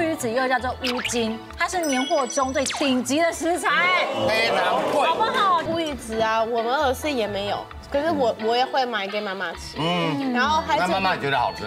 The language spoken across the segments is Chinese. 鱼子又叫做乌金，它是年货中最顶级的食材，非常贵好。不好？乌鱼子啊，我们俄式也没有，可是我我也会买给妈妈吃，嗯，然后还那是妈妈觉得好吃，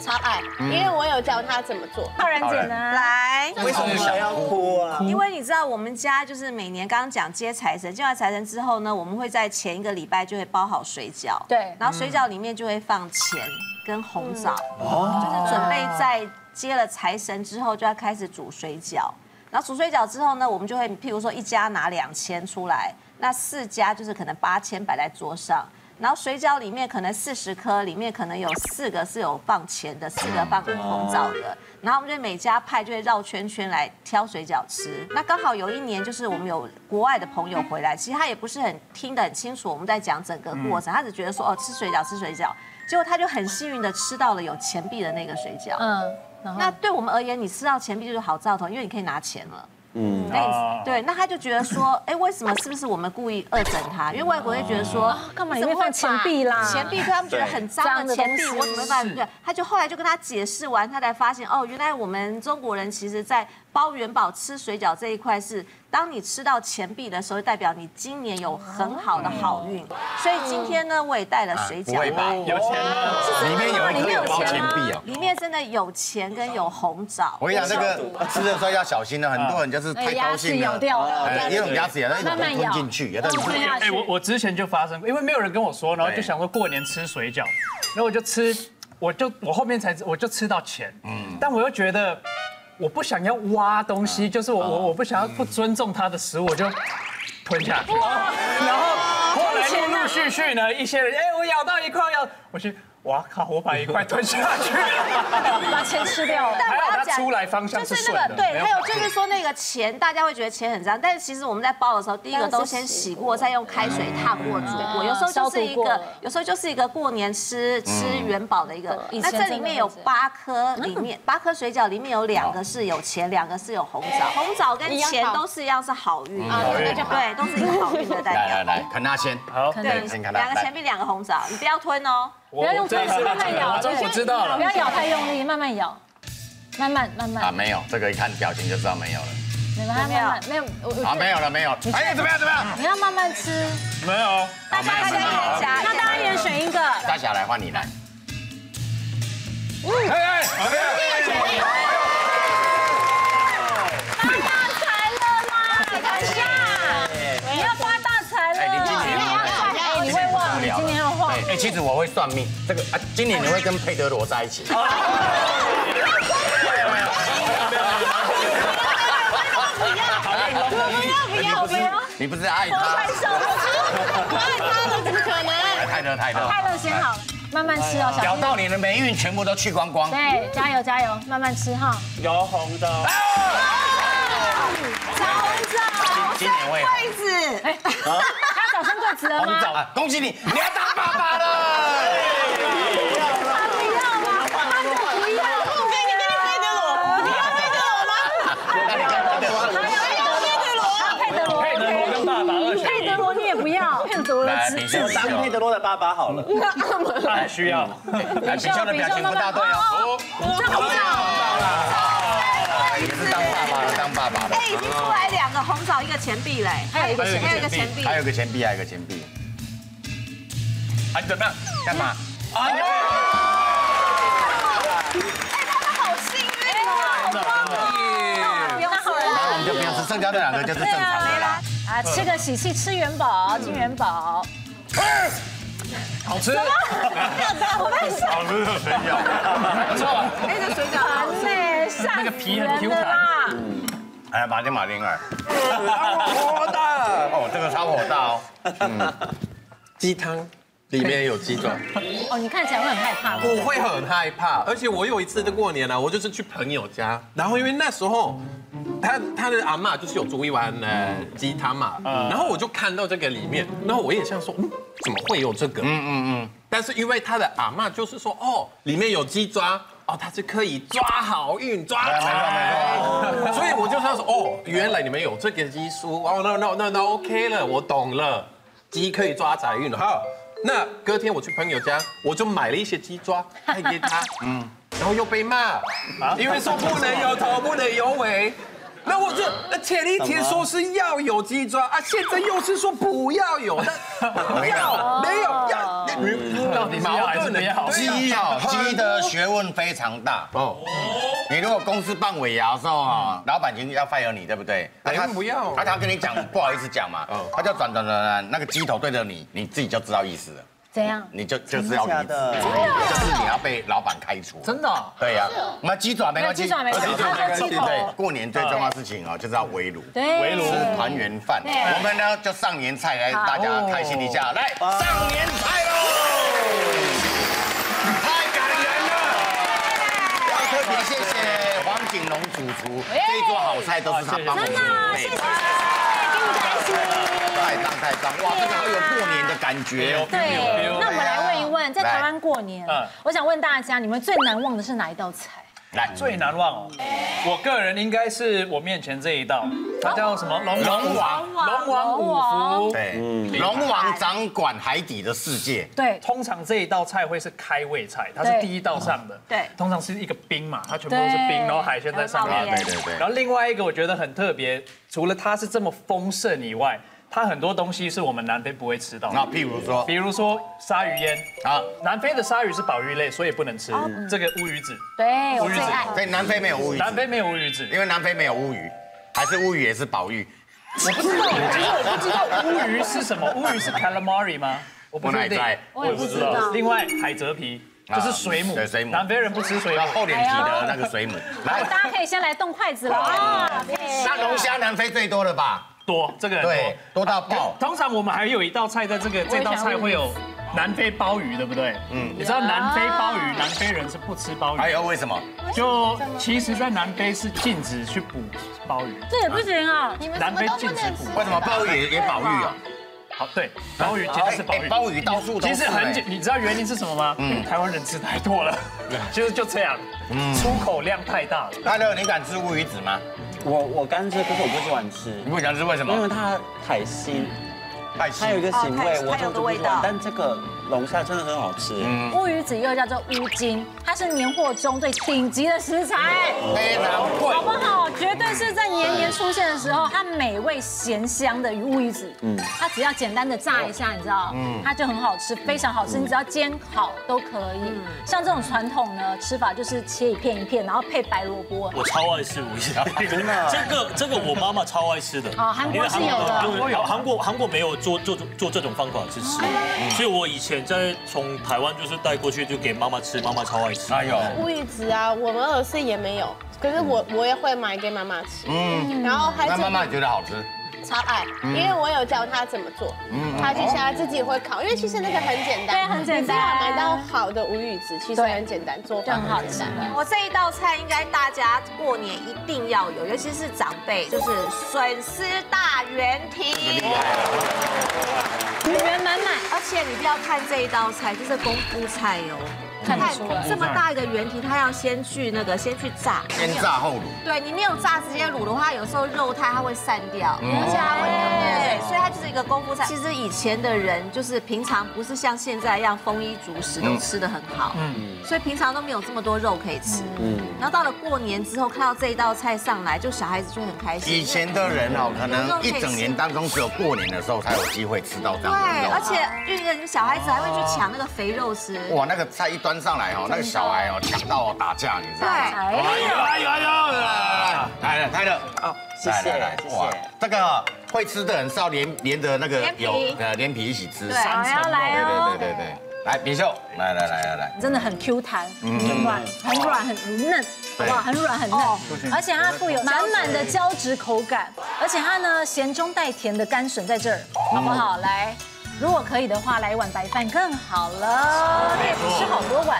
超爱，因为我有教她怎么做。浩然姐呢？来，为什么想哭？啊因为你知道我们家就是每年刚刚讲接财神，接完财神之后呢，我们会在前一个礼拜就会包好水饺，对然后水饺里面就会放钱跟红枣，就是哦准备在接了财神之后就要开始煮水饺。然后煮水饺之后呢，我们就会譬如说一家拿两千出来，那四家就是可能八千摆在桌上。然后水饺里面可能四十颗，里面可能有四个是有放钱的，四个放红枣的。然后我们就每家派就会绕圈圈来挑水饺吃。那刚好有一年就是我们有国外的朋友回来，其实他也不是很听得很清楚我们在讲整个过程，他只觉得说哦吃水饺吃水饺，结果他就很幸运的吃到了有钱币的那个水饺。嗯，然后那对我们而言，你吃到钱币就是好兆头，因为你可以拿钱了。嗯，那哦你对，那他就觉得说，哎，为什么是不是我们故意恶整他？因为外国会觉得说，哦干嘛你里怎面么放会钱把币啦？钱币对他们觉得很脏的钱脏币，的东西我怎么办？对，他就后来就跟他解释完，他才发现哦，原来我们中国人其实在包元宝、吃水饺这一块是，当你吃到钱币的时候，代表你今年有很好的好运。哦所以今天呢，我也带了水哎不饺会，吧？有钱吗？里面有一颗有包钱币哦。里面真的有钱跟有红枣我。跟你讲，这个吃的时候要小心了，很多人就是太高哎牙齿兴咬了，掉了，哎，因为牙齿也在一直慢慢吞咬进去，也在吞下哎，我去。我之前就发生过，因为没有人跟我说，然后对就想说过年吃水饺，嗯然后我就吃，我就我后面才知我就吃到钱，嗯，但我又觉得我不想要挖东嗯西，就是我我我不想要不尊重他的食物，我就吞下去，然后后来陆陆续续呢，一些人哎，我咬到一块要，我去，哇靠，我把一块吞下去了，把钱吃掉了。但还我好要它讲出来方向就是是顺那的，个对，没还有跑就是说那个钱，大家会觉得钱很脏，但是其实我们在包的时候，第一个都先洗过，再用开水烫过、煮过，有时候就是一消毒过个，有时候就是一个过年吃吃元宝的一个。嗯那这里面有八颗，里面八颗水饺，里面有两个是有钱，两个是有红枣，红枣跟钱都是一样是好运，运对，都是一个好运的代来表来。来，看他先，好，对，先看他两个钱币，两个红枣，你不要吞哦。不要用吞噬慢慢咬这我知道不了。要咬太用力，慢慢咬，慢慢慢啊，慢，没有，这个一看表情就知道没有了，你们慢慢没有，我啊，没我有了，没有了，哎，怎么样，怎么样？你要慢慢吃。没有，大家大家一人夹，那大家一人选一个，大侠来换你来，哎哎，发财了吗？等一下，你要发大财了。哎，你今年你要发财哎你会忘，你今年要忘。对，哎，其实我会算命，这个啊，今年你会跟佩德罗在一起，哦不要不要，你不是爱他，我爱她了，怎么可能？太热太热，快乐先好了，慢慢吃哦，小咬心。到你的霉运全部都去光光，对，加油加油，慢慢吃哈。有红的，哎今年会一子。哎他早生贵子了红吗？枣啊，恭喜你，你要当爸爸了。我跟你跟你配对了，你要配对我吗？哎佩德罗，佩德罗跟爸爸二选佩德罗你也不要，佩德罗来，只比秀，比当佩秀，德罗的爸爸好了，他很需要。来，比秀的表情不大对啊哦。这不要。哦，也是当爸爸了，当爸爸了。哎，已经出来两个红枣，一个钱币嘞，哎还有一个还有一个钱币。还有个钱币，还有个钱币。啊，你怎么样？干嘛？好幸运哦！不用吃了。那我们哦就不要吃，剩下那两个就是正常的啦。啊，吃个喜气，吃元宝，金元 宝。好吃，哦好吃的水饺，不错。哎，这水饺好吃。对，吓那个死皮很 Q 人了弹，啦！哎，马丁马丁儿， 好的，哦，这个超火大哦。鸡汤里面有鸡爪，哦，你看起来会很害怕。我会很害怕。而且我有一次的过年呢、啊我就是去朋友家，然后因为那时候他他的阿嬷就是有煮一碗呃鸡汤嘛，然后我就看到这个里面，然后我也想说，嗯，怎么会有这个？嗯嗯嗯。但是因为他的阿嬷就是说，哦，里面有鸡爪。哦，他是可以抓好运、抓财，所以我就想说，哦，原来你们有这个技术，哦，那那那那 OK 了，我懂了。鸡可以抓财运哈。那隔天我去朋友家，我就买了啊一些鸡抓，还给他，嗯，然后又被骂，因为说不能有头，不能有稍微。那我就那前一天说是要有鸡爪啊，现在又是说不要有，那要没有嗯要那到底是要还是不哦要？鸡啊，鸡的学问非常大。哦，你如果公司办尾牙的时候嗯啊，老板决定要 fire 你，对不对？哎他不要啊，他跟你讲，不好意思讲嘛哦，他就转转转转，那个鸡头对着你，你自己就知道意思了，怎样？你就就是要离假职，的就是你要被老板开除。真的哦，对呀，那鸡爪没关系，鸡爪没关系而且它有鸡头对，过年最重要的事情哦，就是要围炉。对围炉吃团圆饭，我们呢就上年菜来，大家开心一哦下，来上年菜喽！太感人了，要特别谢谢黄景龙主厨，这一桌好菜都是他帮我们真的啊，准谢备谢，的，给你开心。太棒太棒，哇，这个好有过年的感觉哦。啊对，那我们来问一问，在台湾过年嗯，我想问大家，你们最难忘的是哪一道菜？来，最难忘哦。我个人应该是我面前这一道，它叫什么？龙龙王哦龙王五福。对，嗯龙王掌管海底的世界，对，通常这一道菜会是开胃菜，它对是第一道上的。对通常是一个冰嘛，它全部都是冰，对然后海鲜在上还有面冒。烟啊对对然后另外一个我觉得很特别，除了它是这么丰盛以外，它很多东西是我们南非不会吃到的那譬如说比如说鲨鱼烟，啊，南非的鲨鱼是保育类，所以不能吃。嗯这个乌鱼子，对我最爱。所以南非没有乌鱼子，南非没有乌鱼子。 因为南非没有乌鱼，还是乌鱼也是宝玉，我不知道，其实我不知道乌鱼是什么，乌鱼是 calamari 吗？我不我哪确定在，我也不知道另外，海蜇皮啊就是水母对，水母南非人不吃水然后母。厚脸皮的那个水母。来，哎大家哦可以先来动筷子了啊！那龙虾南非最多了吧？多啊这个很对，多到爆。通常我们还有一道菜，在这个这道菜会有南非鲍鱼，对不对？嗯，你知道南非鲍鱼，南非人是不吃鲍还鱼，哎有为什么？就其实，在南非是禁止去捕鲍鱼，这也不行啊！你们什南么非都不禁止能捕吃。为什么鲍鱼也也宝玉哦？好，对，鲍鱼其实是鲍哎鱼，鲍鱼到处都其是。哎实很简，你知道原因是什么吗？嗯，台湾人吃太多了，其实就这样，嗯出口量太大了。大乐，你敢吃乌鱼子吗？我我干吃，可是我不喜欢吃你，不想吃为什因么？为它海腥，太它有腥。一个腥味，哦我它有它就有个不味喜道欢。但这个龙虾真的很好吃，嗯乌鱼子又叫做乌金，它是年货中最顶级的食材，非常贵好不好？绝对是在年年出现的时候，它美味咸香的乌鱼子，嗯，它只要简单的炸一下，你知道，它就很好吃，非常好吃。你只要煎烤都可以。像这种传统呢吃法，就是切一片一片，然后配白萝卜。我超爱吃五香，啊真 的这个这个我妈妈超爱吃的。哦韩国是有的因为韩国韩国韩国没有做做做这种方法去吃，嗯所以我以前在从台湾就是带过去就给妈妈吃，妈妈超爱吃。哎呦，乌鱼子啊，我们俄罗斯也没有，可是我我也会买给妈妈吃，嗯，然后还那自妈妈也觉得好吃。超爱，因为我有教她怎么做，她就现在自己会烤，因为其实那个很简单，对很简单你只要买到好的乌鱼子，其实很简单，做就法很好简吃单。我这一道菜应该大家过年一定要有，尤其是长辈，就是笋丝大圆蹄，五元满满，而且你不要看这一道菜，就是功夫菜哦。看得出来这么大一个圆蹄，它要先去那个先去炸，先炸后卤，对你没有炸直接卤的话，有时候肉它它会散掉，而且它会对，所以它就是一个功夫菜。其实以前的人就是平常不是像现在一样丰衣足食，都吃的很好，嗯，所以平常都没有这么多肉可以吃，嗯，然后到了过年之后，看到这一道菜上来，就小孩子就很开心。以前的人哦，可能一整年当中只有过年的时候才有机会吃到这对，样的肉。而且因为小孩子还会去抢那个肥肉吃，哇，那个菜一端上来哦，那个小孩哦抢到打架，你知道吗？对，哎呦哎呦哎呦！来来来来来，哦，谢来谢来来，谢哇谢。，这个哦会吃的人是要连连着那个连皮有呃连皮一起吃。对，我要来哦。对对对对，来明秀，来来来来来，真的很 Q 弹，很软，很软，很嫩，好不好？很软很嫩，而且它富有满满的胶质口感，而且它呢咸中带甜的甘笋在这儿，好不好？来，如果可以的话，来一碗白饭更好了，你也可以吃好多碗，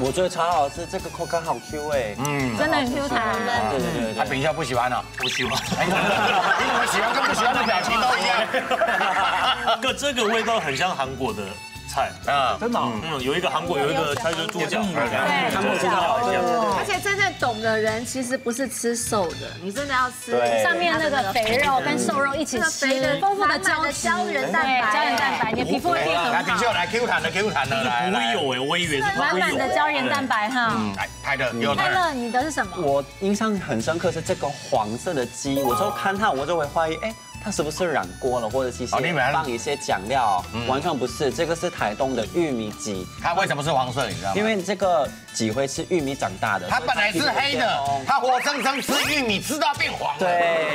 我觉得超好吃，这个口感好 Q 哎。嗯真的很 Q 弹。对对对他对，明秀不喜欢哦，我喜欢， 哎，你怎么喜欢跟不喜欢的表情都一样？个这个味道很像韩国的菜，啊，真的哦，嗯，有一个韩国有一个它就是猪脚，嗯对韩国猪脚一样。而且真正懂的人其实不是吃瘦的，你真的要吃对上面那个肥肉跟瘦肉一起那个肥吃的，丰富的满满胶的质胶原蛋白对胶原蛋白，你的皮肤会变来很比好。秀来 Q 弹的 Q 弹的来，不会来有哎，我以为是它满会有满的胶原蛋白哈。来拍的给我快看，乐，你的是什么？我印象很深刻是这个黄色的鸡，我就看它，我就会怀疑，哎，它是不是染过了，或者是一哦你嗯些们放一些酱料？完全不是，这个是台东的玉米鸡，它为什么是黄色？你知道吗因？为这个鸡会是玉米长大的，它本来是黑的哦，它活生生吃玉米吃到变黄了。对，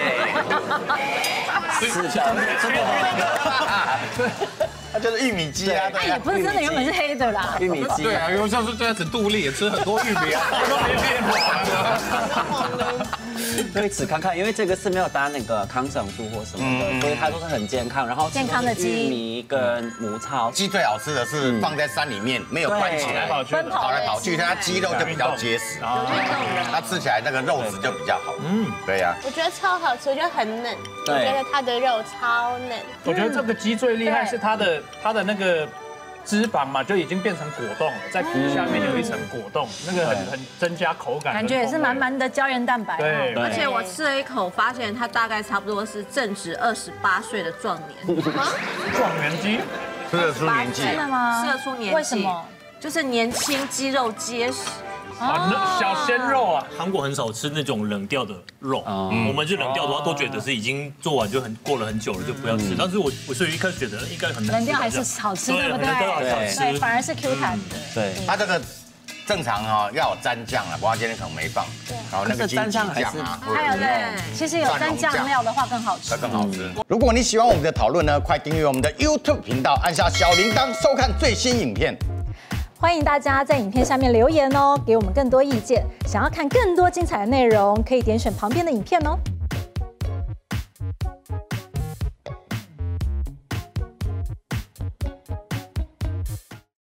是 的，真的很它就是玉米鸡啊，那对也啊。不是真的原本是黑的啦。玉米鸡对。啊，因为像是这样子杜丽也吃很多玉米啊， 都没变黄啊。可以只看看，因为这个是没有搭那个抗生素或什么嗯的，所以它都是很健康。然后健康的鸡玉米跟母草，鸡最好吃的是放在山里面，没有关起来，对奔跑跑的来跑去，它肌肉就比较结实，它吃起来那个肉质就比较好。嗯，对呀。我觉得超好吃，我觉得很嫩，我对觉得它的肉超嫩。我觉得这个鸡最厉害是它的嗯它的那个脂肪嘛，就已经变成果冻了，在皮下面有一层果冻，那个很很增加口感，嗯感觉也是满满的胶原蛋白。对对而且我吃了一口，发现它大概差不多是正值二十八岁的壮年，状元鸡。吃得出年纪真的吗？吃得出年纪。为什么？？就是年轻，肌肉结实。啊，那小鲜肉啊，韩国很少吃那种冷掉的肉，哦嗯我们就冷掉的话都觉得是已经做完就很过了很久了，就不要嗯吃。但是我我所以一开始觉得应该很难冷吃掉到这还样，是好吃，对不对？冷掉好吃对，反而是 Q 弹的。对，它这个正常哦，要有蘸酱啊，不过今天可能没放。对。然后那个可是蘸酱还是金桔啊，还有对，其实有沾酱料的话更好吃会。更好吃。嗯如果你喜欢我们的讨论呢，快订阅我们的 YouTube 频道，按下小铃铛收看最新影片。欢迎大家在影片下面留言哦，给我们更多意见。想要看更多精彩的内容，可以点选旁边的影片哦。